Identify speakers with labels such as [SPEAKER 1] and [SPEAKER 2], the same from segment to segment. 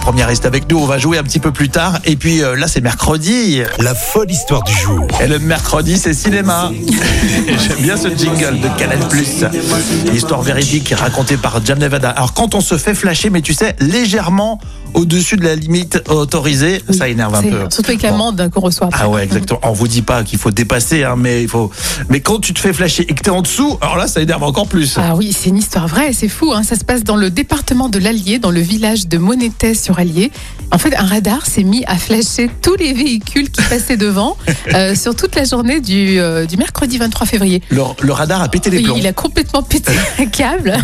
[SPEAKER 1] Première reste avec nous, on va jouer un petit peu plus tard. Et puis euh, là, c'est mercredi.
[SPEAKER 2] La folle histoire du jour.
[SPEAKER 1] Et le mercredi, c'est cinéma. J'aime bien ce jingle de Canal+. Histoire véridique racontée par Jam Nevada. Alors quand on se fait flasher, mais tu sais, légèrement au-dessus de la limite autorisée, ça énerve un
[SPEAKER 3] C'est-
[SPEAKER 1] peu.
[SPEAKER 3] Surtout avec l'amende qu'on reçoit. après.
[SPEAKER 1] Ah ouais, exactement. On vous dit pas qu'il faut dépasser, hein, mais il faut. Mais quand tu te fais flasher et que t'es en dessous, alors là, ça énerve encore plus.
[SPEAKER 3] Ah oui, c'est une histoire vraie, c'est fou. hein. Ça se passe dans le département de l'Allier, dans le village de Monétais sur Allier. En fait, un radar s'est mis à flasher tous les véhicules qui passaient devant euh, sur toute la journée du, euh, du mercredi 23 février.
[SPEAKER 1] Le, le radar a pété les
[SPEAKER 3] Oui,
[SPEAKER 1] plombs.
[SPEAKER 3] il a complètement pété un câble.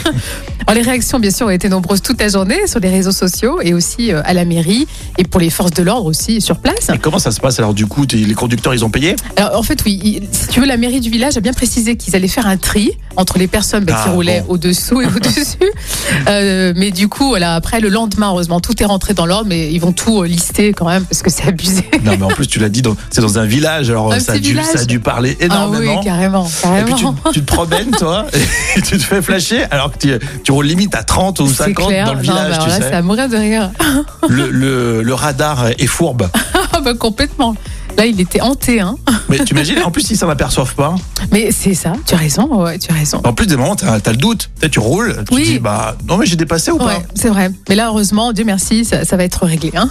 [SPEAKER 3] Alors, les réactions, bien sûr, ont été nombreuses toute la journée sur les réseaux sociaux et aussi euh, à la mairie et pour les forces de l'ordre aussi sur place.
[SPEAKER 1] Et comment ça se passe alors du coup t'es- Les conducteurs, ils ont payé
[SPEAKER 3] Alors, en fait, oui, il- si tu veux, la mairie du village a bien précisé qu'ils allaient faire un tri entre les personnes bah,
[SPEAKER 1] Ah,
[SPEAKER 3] qui roulaient
[SPEAKER 1] bon.
[SPEAKER 3] au-dessous et au-dessus. Euh, mais du coup, voilà, après, le lendemain, heureusement, tout est rentré dans l'ordre, mais ils vont tout euh, lister quand même parce que c'est abusé.
[SPEAKER 1] Non, mais en plus, tu l'as dit, dans- c'est dans un village, alors euh,
[SPEAKER 3] Un
[SPEAKER 1] ça a,
[SPEAKER 3] petit
[SPEAKER 1] dû,
[SPEAKER 3] village.
[SPEAKER 1] ça a dû parler
[SPEAKER 3] ah oui,
[SPEAKER 1] énormément.
[SPEAKER 3] carrément,
[SPEAKER 1] et puis tu,
[SPEAKER 3] carrément.
[SPEAKER 1] tu te promènes, toi, et tu te fais flasher, alors que tu, tu roules limite à 30 ou
[SPEAKER 3] C'est
[SPEAKER 1] 50
[SPEAKER 3] clair.
[SPEAKER 1] dans le
[SPEAKER 3] Non,
[SPEAKER 1] village, tu
[SPEAKER 3] bah, alors là,
[SPEAKER 1] sais.
[SPEAKER 3] c'est à mourir de rire.
[SPEAKER 1] Le, le- le radar est fourbe.
[SPEAKER 3] Ah, bah, complètement. Là, il était hanté, hein.
[SPEAKER 1] Mais tu imagines, en plus, si ça n'aperçoivent pas,
[SPEAKER 3] Mais c'est ça, tu as raison, ouais, tu as raison.
[SPEAKER 1] en plus, des moments, t'as as le doute. Tu sais, tu roules, tu
[SPEAKER 3] Oui.
[SPEAKER 1] dis, bah, non, mais j'ai dépassé ou pas
[SPEAKER 3] Ouais, c'est vrai. Mais là, heureusement, Dieu merci, ça, ça va être réglé. Hein.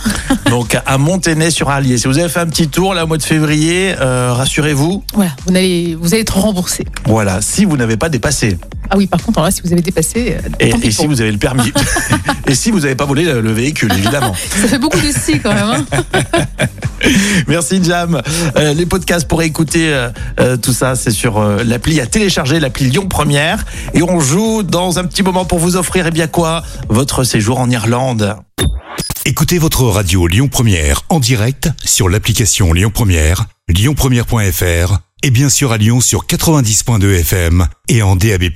[SPEAKER 1] Donc, à Montenay sur Allier, si vous avez fait un petit tour, là, au mois de février, euh, rassurez-vous,
[SPEAKER 3] Voilà, vous allez, vous allez être remboursé.
[SPEAKER 1] voilà, si vous n'avez pas dépassé.
[SPEAKER 3] Ah oui, par contre, alors là, si vous avez dépassé, euh,
[SPEAKER 1] Et,
[SPEAKER 3] tant pis
[SPEAKER 1] et
[SPEAKER 3] pour
[SPEAKER 1] si vous avez le permis. et si vous n'avez pas volé le le véhicule, évidemment.
[SPEAKER 3] Ça fait beaucoup de si quand même. hein.
[SPEAKER 1] Merci Jam. Euh, les podcasts pour écouter euh, euh, tout ça, c'est sur euh, l'appli à télécharger, l'appli Lyon Première. Et on joue dans un petit moment pour vous offrir, eh bien quoi, votre séjour en Irlande.
[SPEAKER 2] Écoutez votre radio Lyon Première en direct sur l'application Lyon Première, lyonpremière.fr et bien sûr à Lyon sur 90.2 FM et en DAB+.